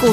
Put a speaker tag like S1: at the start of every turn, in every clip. S1: 股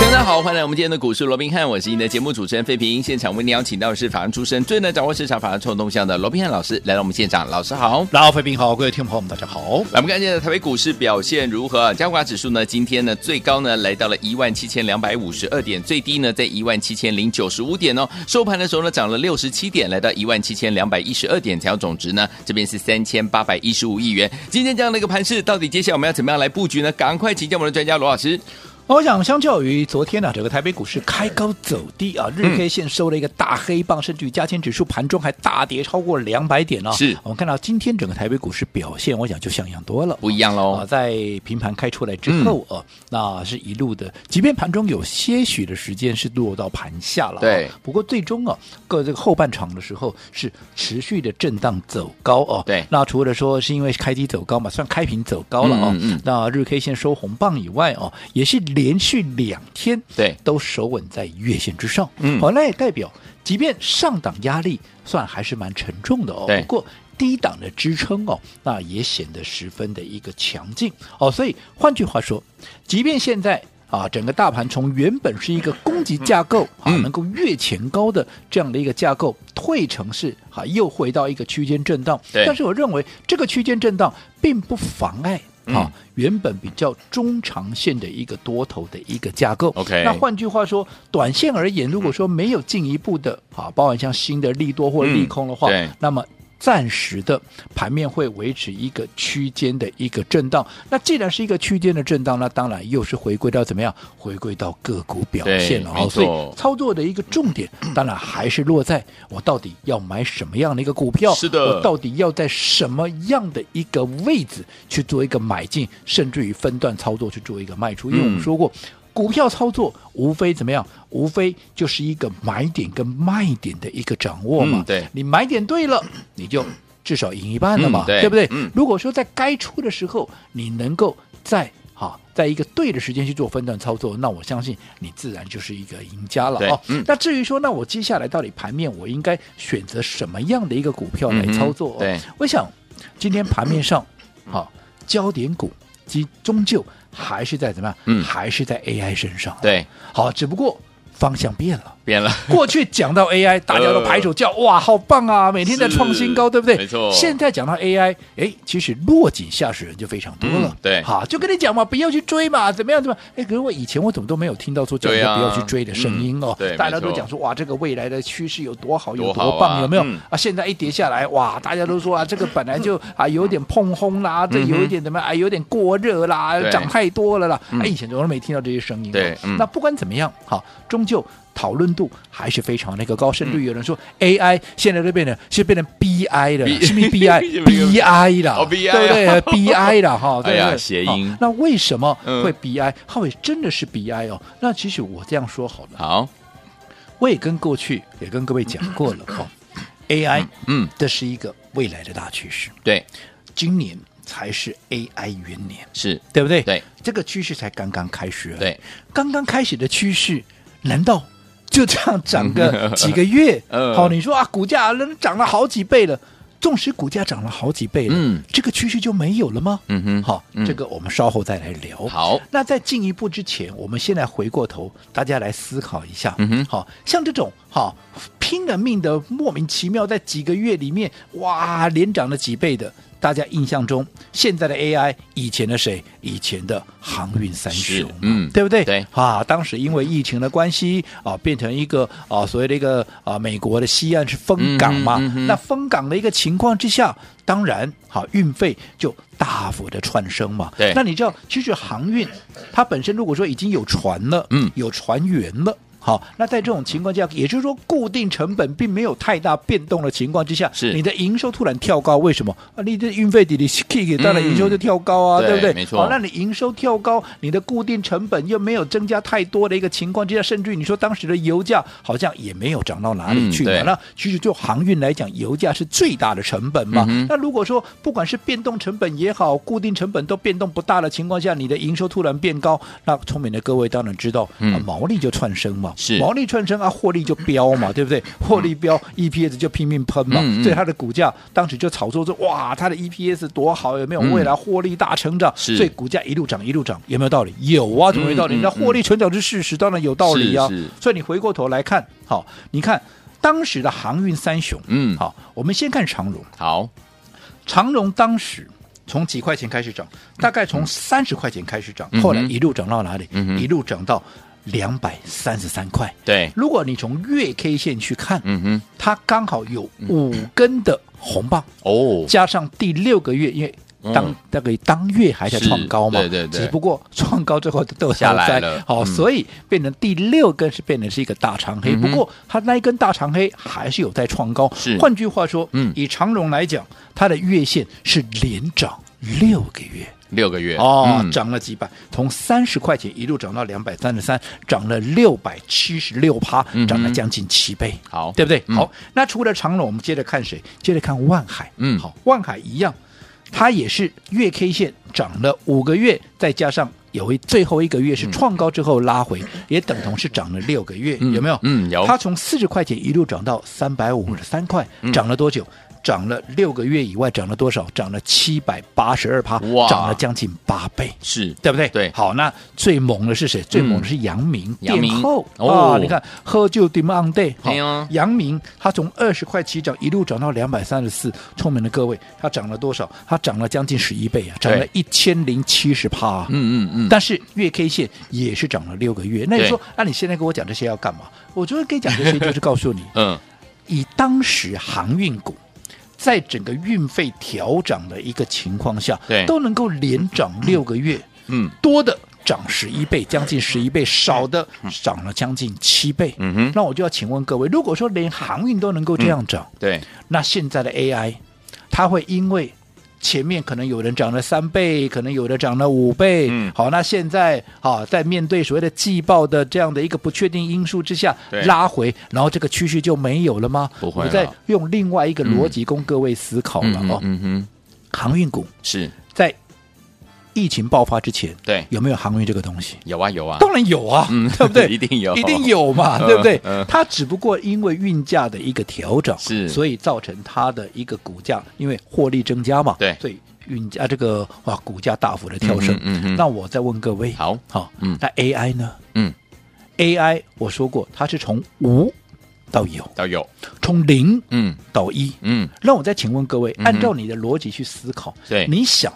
S2: 大家好，欢迎来我们今天的股市罗宾汉，我是你的节目主持人费平。现场为您邀请到的是法案出身、最能掌握市场法案冲动向的罗宾汉老师，来到我们现场。老师好，
S3: 老费平好，各位听众朋友们，大家好。
S2: 来我们看一下台北股市表现如何啊？加权指数呢，今天呢最高呢来到了一万七千两百五十二点，最低呢在一万七千零九十五点哦。收盘的时候呢涨了六十七点，来到一万七千两百一十二点，调总值呢这边是三千八百一十五亿元。今天这样的一个盘势，到底接下来我们要怎么样来布局呢？赶快请教我们的专家罗老师。
S3: 我想，相较于昨天呢、啊整个台北股市开高走低啊，日 K 线收了一个大黑棒，甚至于加权指数盘中还大跌超过两百点呢、啊
S2: 是
S3: 我们看到今天整个台北股市表现，我想就像样多了。
S2: 不一样喽
S3: 啊，在平盘开出来之后
S2: 嗯
S3: 啊，那是一路的，即便盘中有些许的时间是落到盘下了、哦
S2: 对
S3: 不过最终啊，各这个后半场的时候是持续的震荡走高哦。
S2: 对
S3: 那除了说是因为开低走高嘛，算开平走高了哦。
S2: 嗯嗯嗯
S3: 那日 K 线收红棒以外哦，也是连续两天
S2: 对
S3: 都守稳在月线之上。
S2: 嗯
S3: 好、那也代表即便上档压力算还是蛮沉重的哦。
S2: 对
S3: 不过。低档的支撑哦，那也显得十分的一个强劲哦。所以换句话说，即便现在啊，整个大盘从原本是一个供给架构啊，
S2: 嗯
S3: 能够越前高的这样的一个架构，退成是啊，又回到一个区间震荡。
S2: 对
S3: 但是我认为这个区间震荡并不妨碍。
S2: 嗯
S3: 啊，原本比较中长线的一个多头的一个架构。
S2: OK
S3: 那换句话说，短线而言，如果说没有进一步的啊，包含像新的利多或利空的话，
S2: 嗯对
S3: 那么暂时的盘面会维持一个区间的一个震荡。那既然是一个区间的震荡，那当然又是回归到怎么样？回归到个股表现了
S2: 对没
S3: 哦。
S2: 错
S3: 所以操作的一个重点，当然还是落在我到底要买什么样的一个股票，
S2: 是的
S3: 我到底要在什么样的一个位置去做一个买进，甚至于分段操作去做一个卖出。因为我们
S2: 嗯
S3: 说过。股票操作无非怎么样？无非就是一个买点跟卖点的一个掌握嘛。
S2: 嗯对
S3: 你买点对了，你就至少赢一半了嘛，
S2: 嗯对
S3: 不对？
S2: 嗯
S3: 如果说在该出的时候，你能够在哈，在一个对的时间去做分段操作，那我相信你自然就是一个赢家了
S2: 对
S3: 哦。
S2: 嗯
S3: 那至于说，那我接下来到底盘面我应该选择什么样的一个股票来操作、哦
S2: 嗯哼对嗯
S3: 我想今天盘面上，好、焦点股及终究还是在怎么样？
S2: 嗯
S3: 还是在 AI 身上。，啊
S2: 对，
S3: 好，只不过方向变了。
S2: 变了，
S3: 过去讲
S2: 呃
S3: 到 AI，大家都拍手叫、哇，好棒啊，每天在创新高，
S2: 是
S3: 对不对？
S2: 没错
S3: 现在讲到 AI，哎，其实落井下石人就非常多了。
S2: 嗯对
S3: 好，就跟你讲嘛，不要去追嘛，怎么样怎么样？哎，可是我以前我怎么都没有听到说叫人
S2: 对啊
S3: 家不要去追的声音哦。
S2: 嗯对
S3: 大家
S2: 没错
S3: 都讲说哇，这个未来的趋势有多好，有
S2: 多好啊
S3: 多棒，有没有、
S2: 嗯
S3: 啊？现在一跌下来，哇，大家都说啊，这个本来就 啊有点碰轰啦，这
S2: 嗯哼
S3: 有一点怎么样？哎，有点过热啦
S2: 对，
S3: 涨太多了啦。
S2: 嗯
S3: 哎，以前从来没听到这些声音哦。
S2: 对嗯
S3: 那不管怎么样，好，终究讨论度还是非常那个高，甚
S2: 嗯
S3: 至有人说 AI 现在都变成是变成 BI 的了，
S2: B-
S3: 是不是 BI
S2: 是不是
S3: BI 了，
S2: 哦，BI 啊
S3: 对不 对？BI 了哈，对
S2: 哎呀
S3: 不对？
S2: 谐音
S3: 好那为什么会
S2: 嗯
S3: BI？浩伟真的是 BI 哦？那其实我这样说好了，
S2: 好，
S3: 我也跟过去也跟各位讲 过了哦，AI
S2: 嗯，
S3: 这是一个未来的大趋势，
S2: 对，
S3: 今年才是 AI 元年。
S2: 是，
S3: 对不对？
S2: 对，
S3: 这个趋势才刚刚开始。
S2: 对，
S3: 刚刚开始的趋势，难道就这样涨个 几个月？
S2: 呃
S3: 好，你说啊，股价那涨了好几倍了，纵使股价涨了好几倍了，
S2: 嗯
S3: 这个趋势就没有了吗？
S2: 嗯哼
S3: 好
S2: 嗯，
S3: 这个我们稍后再来聊。
S2: 好，
S3: 那在进一步之前，我们现在回过头，大家来思考一下。
S2: 嗯哼
S3: 好像这种好拼了命的，莫名其妙在几个月里面，哇，连涨了几倍的。大家印象中，现在的 AI，以前的谁？以前的航运三
S2: 是
S3: 雄嘛，
S2: 嗯
S3: 对不对？
S2: 对
S3: 啊，当时因为疫情的关系啊，变成一个啊所谓的一个啊美国的西岸是封港嘛，
S2: 嗯哼嗯哼
S3: 那封港的一个情况之下，当然好、运费就大幅的窜升嘛。
S2: 对
S3: 那你知道，其实航运它本身如果说已经有船了，
S2: 嗯
S3: 有船员了。好，那在这种情况下，也就是说固定成本并没有太大变动的情况之下，
S2: 是
S3: 你的营收突然跳高，为什么？啊，你的运费底的 kick，当然营收就跳高啊，
S2: 嗯
S3: 对不对？
S2: 对没错
S3: 好，那你营收跳高，你的固定成本又没有增加太多的一个情况之下，甚至于你说当时的油价好像也没有涨到哪里去嘛。
S2: 嗯对
S3: 那其实就航运来讲，油价是最大的成本嘛。
S2: 嗯
S3: 那如果说不管是变动成本也好，固定成本都变动不大的情况下，你的营收突然变高，那聪明的各位当然知道，
S2: 嗯
S3: 啊、毛利就窜升嘛，
S2: 是
S3: 毛利窜升啊，获利就飙 嘛，对不对？获利飙、e p s 就拼命喷嘛，
S2: 嗯嗯
S3: 所以它的股价当时就炒作说，哇，它的 EPS 多好，有没有
S2: 嗯
S3: 未来获利大成长？
S2: 是
S3: 所以股价一路涨一路涨，有没有道理？有啊，怎么没道理？
S2: 嗯嗯
S3: 那获利成长是事实，当然有道理啊。
S2: 是是
S3: 所以你回过头来看，好，你看当时的航运三雄，
S2: 嗯
S3: 好，我们先看长荣，
S2: 好，
S3: 长荣当时从几块钱开始涨，大概从三十块钱开始涨，
S2: 嗯嗯哼
S3: 后来一路涨到哪里？
S2: 嗯哼
S3: 一路涨到两百三十三块。
S2: 对，
S3: 如果你从月 K 线去看，
S2: 嗯哼，
S3: 它刚好有五根的红棒，
S2: 哦，
S3: 加上第六个月，因为当
S2: 嗯
S3: 那个当月还在创高嘛，
S2: 是对对对
S3: 只不过创高之后就都
S2: 下来
S3: 消灾
S2: 了
S3: 好，
S2: 嗯
S3: 哦所以变成第六根是变成是一个大长黑，
S2: 嗯哼
S3: 不过它那一根大长黑还是有在创高，
S2: 是
S3: 换句话说，
S2: 嗯
S3: 以长荣来讲，它的月线是连涨六个月。
S2: 六个月
S3: 哦，
S2: 嗯
S3: 涨了几百，从三十块钱一路涨到两百三十三，涨了六百七十六趴
S2: 嗯哼，
S3: 涨了将近七倍，
S2: 好
S3: 对不对？
S2: 嗯
S3: 好，那除了长隆，我们接着看谁？接着看万海，
S2: 嗯
S3: 好，万海一样，它也是月 K 线涨了五个月，再加上。有一最后一个月是创高之后拉回，也等同是涨了六个月，
S2: 嗯
S3: 有没有？
S2: 嗯有
S3: 它从四十块钱一路涨到三百五十三块，
S2: 嗯
S3: 涨了多久？涨了六个月以外，涨了多少？涨了七百八十二趴，
S2: 哇
S3: 涨了将近八倍。
S2: 是
S3: 对不对？
S2: 对
S3: 好，那最猛的是谁？最猛的是杨明，
S2: 阳明
S3: 电后
S2: 哦
S3: 啊！你看，喝就 demand day，好
S2: 哎呦，
S3: 杨明他从二十块起涨，一路涨到两百三十四。聪明的各位，它涨了多少？它涨了将近十一倍啊，涨了一千零七十趴。啊
S2: 嗯嗯嗯，
S3: 但是月 K 线也是涨了六个月，那你
S2: 对
S3: 说，那、你现在跟我讲这些要干嘛？我觉得跟你讲这些就是告诉你，
S2: 嗯
S3: 以当时航运股在整个运费调涨的一个情况下，
S2: 对
S3: 都能够连涨六个月，
S2: 嗯
S3: 多的涨十一倍，将近十一倍；少的涨了将近七倍。
S2: 嗯哼
S3: 那我就要请问各位，如果说连航运都能够这样涨，
S2: 对，
S3: 那现在的 AI，它会因为前面可能有人涨了三倍，可能有的涨了五倍，
S2: 嗯
S3: 好，那现在啊，在面对所谓的季报的这样的一个不确定因素之下
S2: 对，
S3: 拉回，然后这个趋势就没有了吗？
S2: 不会
S3: 我
S2: 了
S3: 再用另外一个逻辑供各位思考了、
S2: 嗯
S3: 哦，
S2: 嗯嗯
S3: 航运股
S2: 哼，是
S3: 在疫情爆发之前，
S2: 对，
S3: 有没有航运这个东西？
S2: 有啊有啊，
S3: 当然有啊，
S2: 嗯
S3: 对不对？
S2: 一定有
S3: 一定有嘛，
S2: 嗯
S3: 对不对
S2: 嗯？
S3: 它只不过因为运价的一个调整，啊
S2: 是
S3: 所以造成它的一个股价，因为获利增加嘛，
S2: 对
S3: 所以运价这个哇，股价大幅的跳升。
S2: 嗯哼嗯哼
S3: 那我再问各位，
S2: 好
S3: 好，
S2: 嗯
S3: 那 AI 呢
S2: 嗯
S3: ？AI 我说过，它是从无到有，
S2: 都有，
S3: 从零
S2: 嗯
S3: 到一。
S2: 嗯
S3: 那我再请问各位，
S2: 嗯哼
S3: 按照你的逻辑去思考，
S2: 对
S3: 你想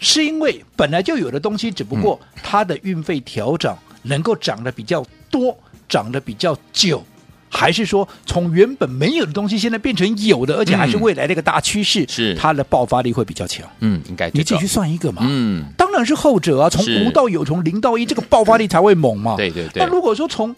S3: 是因为本来就有的东西，只不过
S2: 嗯
S3: 它的运费调整能够涨得比较多，涨得比较久。还是说，从原本没有的东西，现在变成有的，而且还是
S2: 嗯
S3: 未来的一个大趋势，
S2: 是
S3: 它的爆发力会比较强。
S2: 嗯，应该
S3: 你
S2: 这
S3: 自
S2: 个
S3: 己去啊算一个嘛。
S2: 嗯
S3: 当然是后者啊，从
S2: 是
S3: 无到有，从零到一，这个爆发力才会猛嘛。
S2: 对对对
S3: 哦那如果说从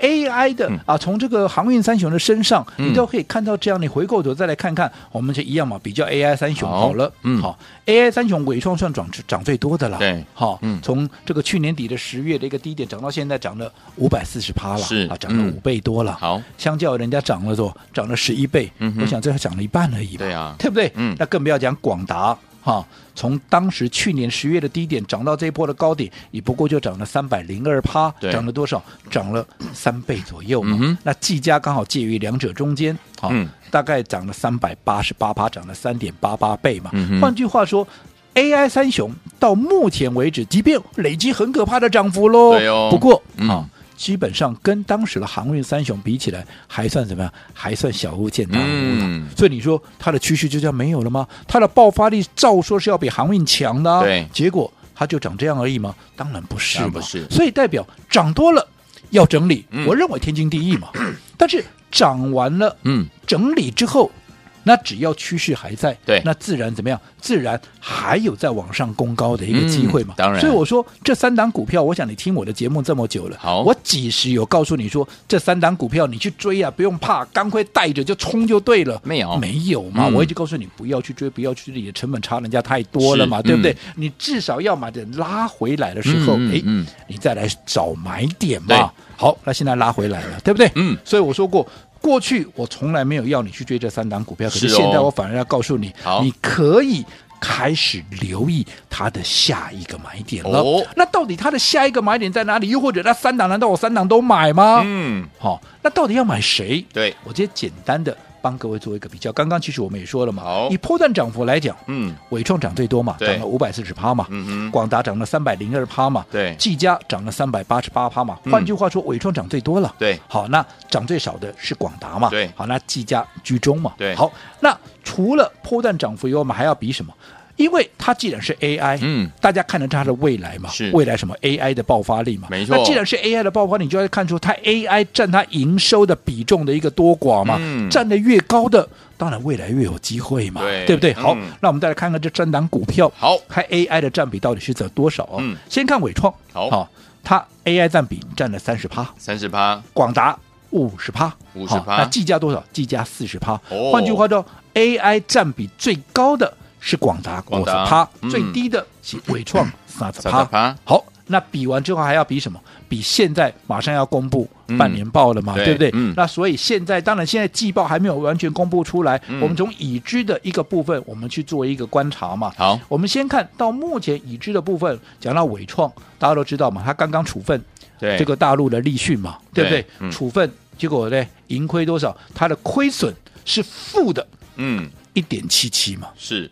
S3: AI 的、
S2: 嗯
S3: 啊，从这个航运三雄的身上，
S2: 嗯
S3: 你都可以看到这样。你回过头再来看看，我们就一样嘛，比较 AI 三雄
S2: 好
S3: 好了。
S2: 嗯
S3: 好，AI 三雄伟创算涨涨最多的啦。
S2: 对
S3: 好，
S2: 嗯
S3: 从这个去年底的十月的一个低点涨到现在涨了五百四十趴了，
S2: 是
S3: 啊，涨了
S2: 嗯
S3: 五倍多了。
S2: 好，
S3: 相较人家涨了多，涨了十一倍，
S2: 嗯哼
S3: 我想这还涨了一半而已吧，
S2: 对啊
S3: 对不对？
S2: 嗯
S3: 那更不要讲广达哈，从当时去年十月的低点涨到这一波的高点，也不过就涨了三百零二趴，
S2: 对
S3: 涨了多少？涨了三倍左右嘛。
S2: 嗯哼
S3: 那技嘉刚好介于两者中间，好、
S2: 嗯
S3: 大概涨了三百八十八趴，涨了三点八八倍嘛。
S2: 嗯哼
S3: 换句话说。AI 三雄到目前为止，即便累积很可怕的涨幅喽，
S2: 对哦
S3: 不过
S2: 嗯
S3: 啊，基本上跟当时的航运三雄比起来，还算怎么样？还算小巫见大巫了。
S2: 嗯
S3: 所以你说它的趋势就这样没有了吗？它的爆发力照说是要比航运强的、啊，
S2: 对
S3: 结果它就长这样而已吗？当然不是
S2: 当
S3: 嘛，
S2: 然不是
S3: 所以代表涨多了要整理，
S2: 嗯
S3: 我认为天经地义嘛。但是涨完了，
S2: 嗯
S3: 整理之后那只要趋势还在，
S2: 对
S3: 那自然怎么样？自然还有在往上攻高的一个机会嘛。
S2: 嗯当然
S3: 所以我说这三档股票，我想你听我的节目这么久了，
S2: 好
S3: 我几时有告诉你说这三档股票你去追啊，不用怕，干快带着就冲就对了。
S2: 没有
S3: 没有嘛，
S2: 嗯
S3: 我一直告诉你不要去追，不要去追，你的成本差人家太多了嘛，
S2: 是
S3: 对不对？
S2: 嗯
S3: 你至少要买的拉回来的时候，
S2: 嗯嗯
S3: 哎、
S2: 嗯
S3: 你再来找买点
S2: 对
S3: 嘛。好，那现在拉回来了，对不对？
S2: 嗯
S3: 所以我说过，过去我从来没有要你去追这三档股票，可是
S2: 是哦
S3: 现在我反而要告诉你，
S2: 好
S3: 你可以。开始留意它的下一个买点了。
S2: 哦
S3: 那到底它的下一个买点在哪里？又或者那三档，难道我三档都买吗？
S2: 嗯，
S3: 好、那到底要买谁？
S2: 对，
S3: 我直接简单的帮各位做一个比较。刚刚其实我们也说了嘛
S2: 好，
S3: 以波段涨幅来讲，
S2: 嗯
S3: 伟创涨最多嘛，
S2: 对
S3: 涨了五百四十趴嘛，
S2: 嗯哼
S3: 广达涨了三百零二趴嘛，
S2: 对
S3: 技嘉涨了三百八十八趴嘛。
S2: 嗯
S3: 换句话说，伟创涨最多了，
S2: 对
S3: 好，那涨最少的是广达嘛，
S2: 对
S3: 好，那技嘉居中嘛，
S2: 对
S3: 好，那除了波段涨幅以外，我们还要比什么？因为它既然是 AI，
S2: 嗯，
S3: 大家看得它的未来嘛，
S2: 是
S3: 未来什么 AI 的爆发力嘛，
S2: 没错
S3: 那既然是 AI 的爆发力，你就要看出它 AI 占它营收的比重的一个多寡嘛，
S2: 嗯
S3: 占的越高的，当然未来越有机会嘛，
S2: 对
S3: 不对？好，
S2: 嗯
S3: 那我们再来看看这三档股票，
S2: 好
S3: 它 AI 的占比到底是在多少、哦？
S2: 嗯
S3: 先看伟创，
S2: 好
S3: 它 AI 占比占了三十趴，
S2: 三十趴，
S3: 广达五十趴，
S2: 50%
S3: 好那技嘉多少？技嘉四十趴。
S2: 哦
S3: 换句话说，AI 占比最高的是广达
S2: 广
S3: 五十
S2: 达
S3: 趴，
S2: 嗯
S3: 最低的是伟创三十
S2: 30%
S3: 趴。好，那比完之后还要比什么？比现在马上要公布半年报了
S2: 嗯
S3: 嘛，
S2: 对
S3: 对不对？
S2: 嗯
S3: 那所以现在当然现在季报还没有完全公布出来，
S2: 嗯
S3: 我们从已知的一个部分，我们去做一个观察嘛。
S2: 好，
S3: 我们先看到目前已知的部分，讲到伟创，大家都知道嘛，它刚刚处分
S2: 对，
S3: 这个大陆的立讯嘛，对不对
S2: 对？嗯
S3: 处分结果呢，盈亏多少？它的亏损是负的
S2: 嗯
S3: 一点七七嘛，
S2: 是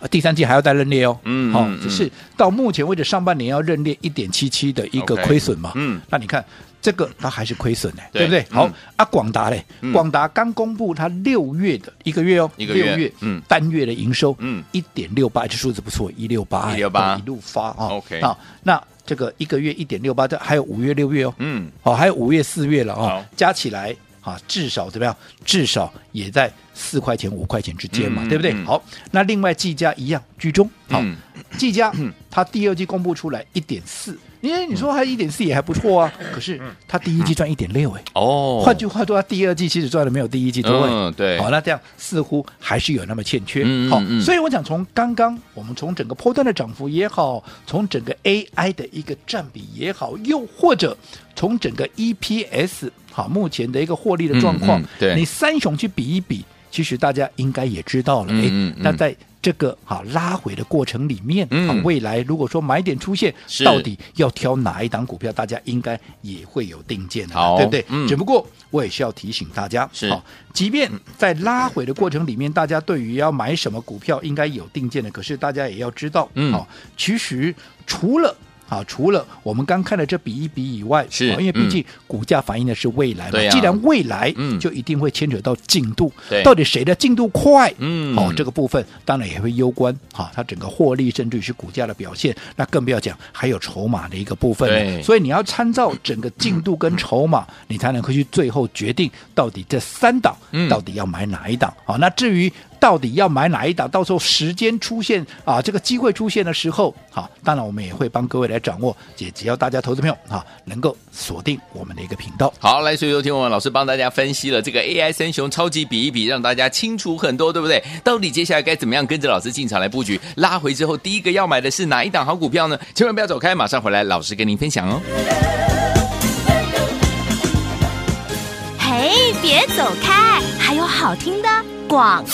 S3: 啊，第三季还要再认列哦。
S2: 嗯
S3: 好、
S2: 嗯
S3: 只是到目前为止上半年要认列一点七七的一个
S2: OK，
S3: 亏损嘛。
S2: 嗯
S3: 那你看这个它还是亏损呢、
S2: 对
S3: 对不对？
S2: 嗯
S3: 好、啊，广达嘞
S2: 嗯，
S3: 广达刚公布它六月的一个月哦，
S2: 一个月
S3: 六月
S2: 嗯
S3: 单月的营收
S2: 嗯
S3: 一点六八，这数字不错，一六八
S2: 168
S3: 一路发啊、
S2: OK
S3: 啊，那这个一个月一点六八，这还有五月六月哦，
S2: 嗯
S3: 哦，还有五月、四月了哦
S2: 好，
S3: 加起来啊，至少怎么样？至少也在四块钱、五块钱之间嘛，
S2: 嗯
S3: 对不对？
S2: 嗯
S3: 好，那另外技嘉一样居中，好，
S2: 嗯
S3: 技嘉它第二季公布出来一点四，因为你说还一点四也还不错啊，可是它第一季赚一点六哎，
S2: 哦，
S3: 换句话说，它第二季其实赚的没有第一季多哎。
S2: 嗯对，
S3: 好，那这样似乎还是有那么欠缺。
S2: 嗯嗯
S3: 好，
S2: 嗯
S3: 所以我想从刚刚我们从整个波段的涨幅也好，从整个 AI 的一个占比也好，又或者从整个 EPS 好目前的一个获利的状况，
S2: 嗯嗯对
S3: 你三雄去比一比，其实大家应该也知道了。
S2: 嗯
S3: 诶
S2: 嗯嗯
S3: 那在这个啊拉回的过程里面，
S2: 嗯
S3: 啊未来如果说买点出现
S2: 是，
S3: 到底要挑哪一档股票，大家应该也会有定见的嘛，
S2: 好
S3: 对不对？
S2: 嗯
S3: 只不过我也是要提醒大家，
S2: 是
S3: 好即便在拉回的过程里面，大家对于要买什么股票应该有定见的，可是大家也要知道，
S2: 嗯
S3: 好，其实除了。啊，除了我们刚看的这比一比以外，
S2: 是
S3: 好因为
S2: 嗯
S3: 毕竟股价反映的是未来嘛。
S2: 对啊
S3: 既然未来，
S2: 嗯
S3: 就一定会牵扯到进度，
S2: 对
S3: 到底谁的进度快？
S2: 嗯
S3: 哦，这个部分当然也会攸关哈、它整个获利甚至于是股价的表现，那更不要讲还有筹码的一个部分了。
S2: 对
S3: 所以所以你要参照整个进度跟筹码，你才能够去最后决定到底这三档
S2: 嗯
S3: 到底要买哪一档。好、那至于到底要买哪一档，到时候时间出现啊，这个机会出现的时候，好、当然我们也会帮各位来掌握，也只要大家投资朋友啊能够锁定我们的一个频道。
S2: 好，来，所以昨天我们老师帮大家分析了这个 AI 三雄超级比一比，让大家清楚很多，对不对？到底接下来该怎么样跟着老师进场来布局？拉回之后，第一个要买的是哪一档好股票呢？千万不要走开，马上回来，老师跟您分享哦。
S1: 嘿，别走开，还有好听的广告。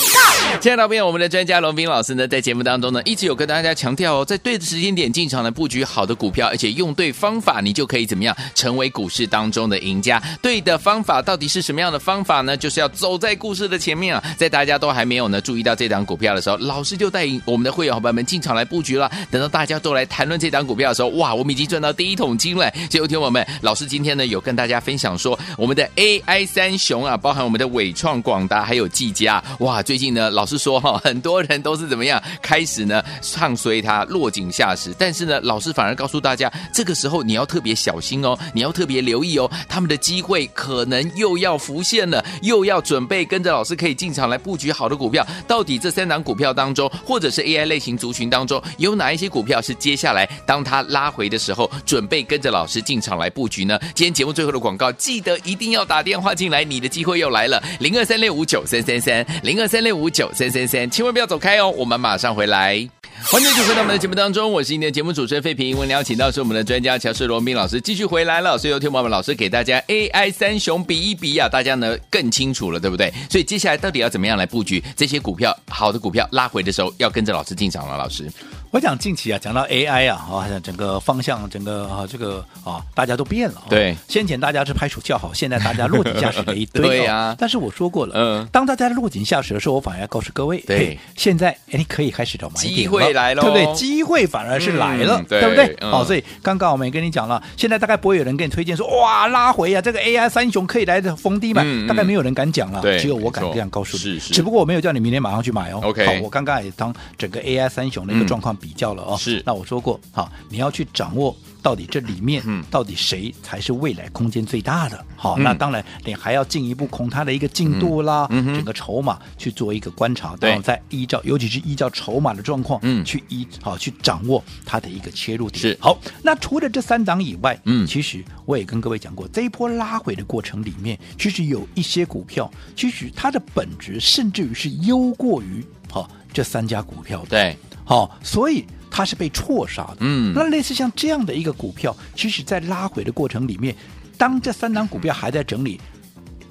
S2: 亲爱的朋友我们的专家龙斌老师呢，在节目当中呢，一直有跟大家强调哦，在对的时间点进场来布局好的股票，而且用对方法，你就可以怎么样成为股市当中的赢家。对的方法到底是什么样的方法呢？就是要走在故事的前面啊，在大家都还没有呢注意到这档股票的时候，老师就带领我们的会员伙伴们进场来布局了。等到大家都来谈论这档股票的时候，哇，我们已经赚到第一桶金了。所以，有听我们老师今天呢有跟大家分享说，我们的 AI 三雄啊，包含我们的伟创、广达还有技嘉，哇，最近呢，老实说哈，很多人都是怎么样开始呢唱衰它，落井下石。但是呢，老师反而告诉大家，这个时候你要特别小心哦，你要特别留意哦，他们的机会可能又要浮现了，又要准备跟着老师可以进场来布局好的股票。到底这三档股票当中，或者是 AI 类型族群当中，有哪一些股票是接下来当它拉回的时候，准备跟着老师进场来布局呢？今天节目最后的广告，记得一定要打电话进来，你的机会又来了，零二三六五九三三三，零二三六五九三三三，千万不要走开哦，我们马上回来。欢迎继续回到我们的节目当中，我是你的节目主持人费平。我们邀请到是我们的专家乔世罗斌老师继续回来了，所以有听我们老师给大家 AI 三雄比一比啊，大家呢更清楚了，对不对？所以接下来到底要怎么样来布局这些股票？好的股票拉回的时候要跟着老师进场了，老师。
S3: 我讲近期啊，讲到 AI 啊，啊，整个方向，整个啊，这个啊，大家都变了、啊。
S2: 对
S3: 先前大家是拍手叫好，现在大家落井下石的一堆、啊
S2: 对呀
S3: 但是我说过了，
S2: 嗯
S3: 当大家落井下石的时候，我反而要告诉各位，
S2: 对
S3: 嘿，现在哎，你可以开始找买点了
S2: 机会来咯
S3: 对不对？机会反而是来了，
S2: 嗯对
S3: 对不对？
S2: 嗯
S3: 哦，所以刚刚我们也跟你讲了，现在大概不会有人跟你推荐说，哇，拉回啊，这个 AI 三雄可以来的逢低买，
S2: 嗯嗯
S3: 大概没有人敢讲了
S2: 对，
S3: 只有我敢
S2: 没错
S3: 这样告诉你。
S2: 是是
S3: 只不过我没有叫你明天马上去买哦。
S2: OK
S3: 好，我刚刚也当整个 AI 三雄的一个
S2: 嗯
S3: 状况比较了哦。
S2: 是
S3: 那我说过，好，你要去掌握到底这里面，
S2: 嗯
S3: 到底谁才是未来空间最大的？好，
S2: 嗯
S3: 那当然你还要进一步控它的一个进度啦，
S2: 嗯嗯哼
S3: 整个筹码去做一个观察，
S2: 对
S3: 然后再依照，尤其是依照筹码的状况，
S2: 嗯
S3: 去依好去掌握它的一个切入点。
S2: 是
S3: 好，那除了这三档以外，
S2: 嗯
S3: 其实我也跟各位讲过，这一波拉回的过程里面，其实有一些股票，其实它的本质甚至于是优过于好、这三家股票的。
S2: 对，
S3: 好、所以它是被错杀的。
S2: 嗯
S3: 那类似像这样的一个股票，其实在拉回的过程里面，当这三档股票还在整理。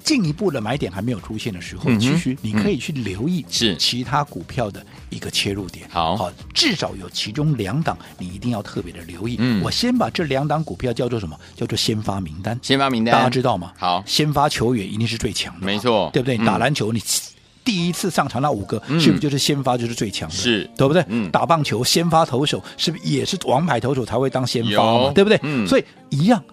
S3: 进一步的买点还没有出现的时候，
S2: 嗯哼
S3: 其实你可以去留意
S2: 是
S3: 其他股票的一个切入点。
S2: 好
S3: 至少有其中两档你一定要特别的留意。
S2: 嗯
S3: 我先把这两档股票叫做什么？叫做先发名单。
S2: 先发名单，
S3: 大家知道吗？
S2: 好
S3: 先发球员一定是最强的嘛，
S2: 没错
S3: 对不对？
S2: 嗯
S3: 打篮球你第一次上场那五个，
S2: 嗯
S3: 是不是就是先发就是最强的？
S2: 是
S3: 对不对？
S2: 嗯
S3: 打棒球先发投手是不是也是王牌投手才会当先发
S2: 有
S3: 嘛？对不对？
S2: 嗯
S3: 所以一样。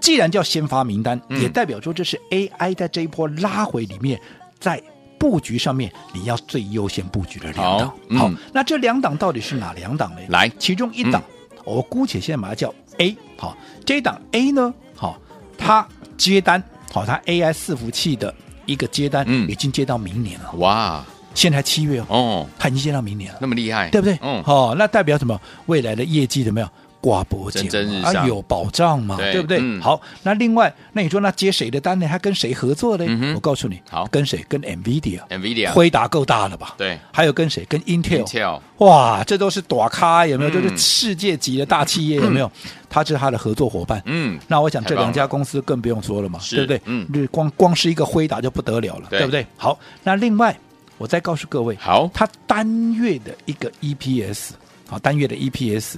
S3: 既然叫先发名单，
S2: 嗯
S3: 也代表说这是 AI 在这一波拉回里面，在布局上面你要最优先布局的两档。
S2: 好嗯
S3: 那这两档到底是哪两档呢？
S2: 来
S3: 其中一档，
S2: 嗯
S3: 我姑且先把它叫 A。好，这一档 A 呢，好，它接单，好，它 AI 伺服器的一个接单，
S2: 嗯
S3: 已经接到明年了，
S2: 哇
S3: 现在才七月哦，
S2: 哦，
S3: 它已经接到明年了，
S2: 那么厉害，
S3: 对不对？
S2: 嗯，
S3: 哦，那代表什么？未来的业绩怎么样？挂脖
S2: 蒸
S3: 颈
S2: 蒸日
S3: 嘛
S2: 上
S3: 啊，有保障嘛，
S2: 对
S3: 不对？
S2: 嗯
S3: 好，那另外，那你说那接谁的单呢？他跟谁合作呢？
S2: 嗯哼
S3: 我告诉你，
S2: 好
S3: 跟谁？跟 NVIDIA，
S2: ，NVIDIA，
S3: 辉达够大了吧？
S2: 对
S3: 还有跟谁？跟 Intel，
S2: 跳，
S3: 哇，这都是大咖有没有？
S2: 嗯
S3: 这是世界级的大企业有没有？他是他的合作伙伴。
S2: 嗯，
S3: 那我想这
S2: 太棒了
S3: 两家公司更不用说了嘛，
S2: 是
S3: 对不对？
S2: 嗯
S3: 日光光是一个辉达就不得了了，
S2: 对
S3: 对不对？好，那另外我再告诉各位，
S2: 好，
S3: 它单月的一个 EPS，好，单月的 EPS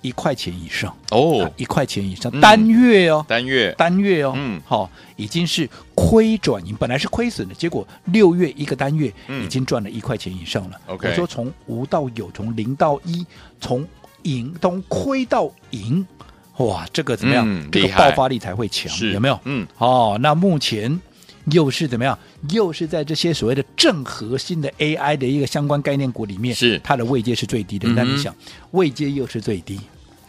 S3: 一块钱以上，啊
S2: 哦，
S3: 一块钱以上
S2: 嗯，
S3: 单月哦，
S2: 单月，
S3: 单月哦，
S2: 嗯
S3: 好、已经是亏转盈，本来是亏损的，结果六月一个单月
S2: 嗯
S3: 已经赚了一块钱以上了。
S2: OK
S3: 我说从无到有，从零到一，从盈从亏到盈，哇，这个怎么样？
S2: 嗯
S3: 这个
S2: 厉害
S3: 爆发力才会强，
S2: 是
S3: 有没有？
S2: 嗯，
S3: 哦，那目前。又是怎么样？又是在这些所谓的正核心的 AI 的一个相关概念股里面，
S2: 是
S3: 它的位阶是最低
S2: 嗯
S3: 的。
S2: 哼
S3: 那你想，位阶又是最低，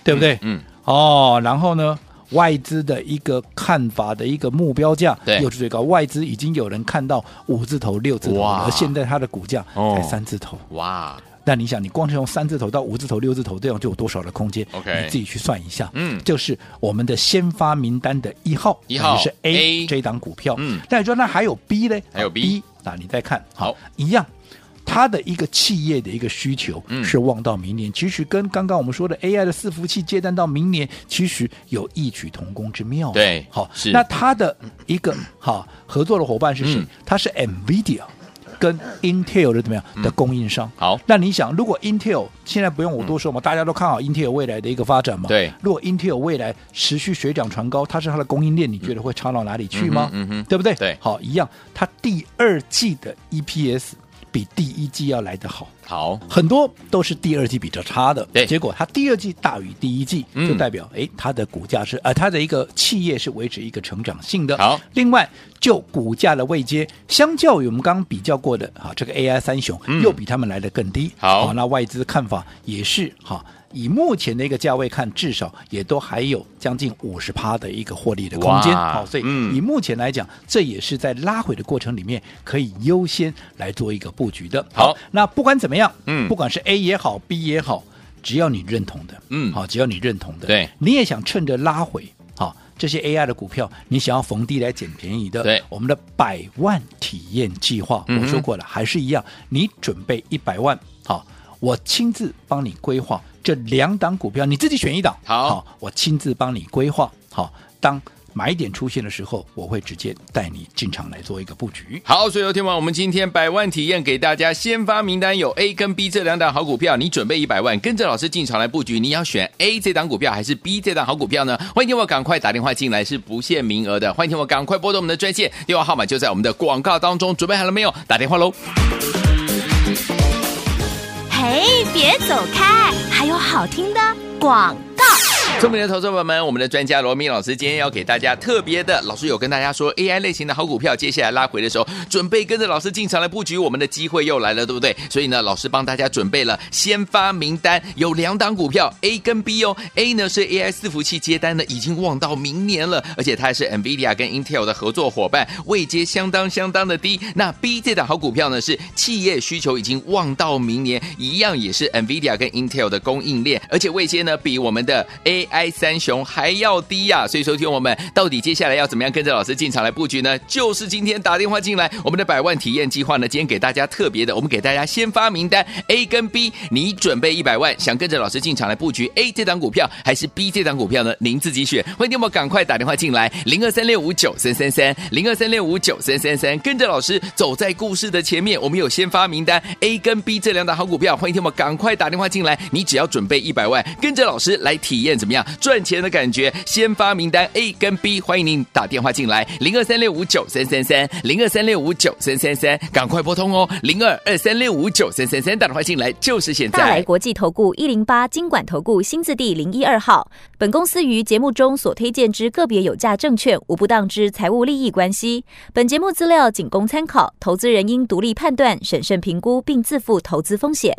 S3: 对不对？
S2: 嗯，
S3: 哦，然后呢，外资的一个看法的一个目标价
S2: 对
S3: 又是最高，外资已经有人看到五字头、六字头
S2: 哇
S3: 了，而现在它的股价
S2: 哦
S3: 才三字头。
S2: 哇，
S3: 那你想，你光是从三字头到五字头、六字头，这样就有多少的空间
S2: OK
S3: 你自己去算一下。
S2: 嗯
S3: 就是我们的先发名单的一号，
S2: 一号
S3: 也是 A,
S2: A
S3: 这一档股票。
S2: 嗯
S3: 那你说那还有 B 呢？
S2: 还有 B
S3: 那你再看，
S2: 好，
S3: 一样。它的一个企业的一个需求
S2: 嗯
S3: 是望到明年，其实跟刚刚我们说的 AI 的伺服器接单到明年，其实有异曲同工之妙啊。
S2: 对
S3: 好，
S2: 是
S3: 那它的一个好合作的伙伴是谁
S2: 嗯？
S3: 它是 NVIDIA 跟 Intel 的怎么样
S2: 嗯
S3: 的供应商？
S2: 好，嗯
S3: 那你想，如果 Intel 现在不用我多说嘛，大家都看好 Intel 未来的一个发展嘛。
S2: 对
S3: 如果 Intel 未来持续水涨船高，它是它的供应链，你觉得会差到哪里去吗？
S2: 嗯哼嗯哼
S3: 对不对？
S2: 对
S3: 好，一样，它第二季的 EPS E 比第一季要来得好。
S2: 好，
S3: 很多都是第二季比较差的，
S2: 对
S3: 结果它第二季大于第一季，
S2: 嗯
S3: 就代表诶它的股价是呃它的一个企业是维持一个成长性的。
S2: 好，
S3: 另外就股价的位阶，相较于我们刚刚比较过的啊这个 AI 三雄，
S2: 嗯
S3: 又比他们来的更低。啊
S2: 好
S3: 那外资看法也是哈。以目前的一个价位看，至少也都还有将近五十趴的一个获利的空间。
S2: 哇
S3: 好，所以
S2: 嗯
S3: 以目前来讲，这也是在拉回的过程里面可以优先来做一个布局的。
S2: 好
S3: 那不管怎么样，
S2: 嗯
S3: 不管是 A 也好，B 也好，只要你认同的，
S2: 嗯
S3: 好，只要你认同的，
S2: 对
S3: 你也想趁着拉回，好，这些 AI 的股票，你想要逢低来捡便宜的，
S2: 对
S3: 我们的百万体验计划，
S2: 嗯哼
S3: 我说过了，还是一样，你准备一百万，好，我亲自帮你规划这两档股票，你自己选一档，
S2: 好
S3: 我亲自帮你规划，好，当。买点出现的时候，我会直接带你进场来做一个布局。
S2: 好，所以有天王，我们今天百万体验给大家先发名单有 A 跟 B 这两档好股票，你准备一百万，跟着老师进场来布局，你要选 A 这档股票还是 B 这档好股票呢？欢迎天王赶快打电话进来，是不限名额的，欢迎天王赶快拨通我们的专线，电话号码就在我们的广告当中，准备好了没有？打电话喽！
S1: 嘿，别走开，还有好听的广告。
S2: 聪明的投资者朋友们，我们的专家罗密老师今天要给大家特别的，老师有跟大家说 AI 类型的好股票，接下来拉回的时候，准备跟着老师进场来布局，我们的机会又来了，对不对？所以呢，老师帮大家准备了先发名单，有两档股票 A 跟 B 哦，A 呢是 AI 伺服器接单呢，已经望到明年了，而且它还是 NVIDIA 跟 Intel 的合作伙伴，位阶相当相当的低。那 B 这档好股票呢，是企业需求已经望到明年，一样也是 NVIDIA 跟 Intel 的供应链，而且位阶呢比我们的 AI 三雄还要低呀、所以说，听我们到底接下来要怎么样跟着老师进场来布局呢？就是今天打电话进来，我们的百万体验计划呢，今天给大家特别的，我们给大家先发名单 A 跟 B，你准备一百万，想跟着老师进场来布局 A 这档股票还是 B 这档股票呢？您自己选。欢迎你们赶快打电话进来，零二三六五九三三三，零二三六五九三三三，跟着老师走在故事的前面。我们有先发名单 A 跟 B 这两档好股票，欢迎你们赶快打电话进来，你只要准备一百万，跟着老师来体验怎么样赚钱的感觉。先发名单 A 跟 B，欢迎您打电话进来，零二三六五九三三三，零二三六五九三三三，赶快拨通哦，零二二三六五九三三三，打电话进来就是现
S4: 大来
S2: 在。
S4: 国际投顾一零八金管投顾新字第零一二号。本公司于节目中所推荐之个别有价证券，无不当之财务利益关系。本节目资料仅供参考，投资人应独立判断、审慎评估，并自负投资风险。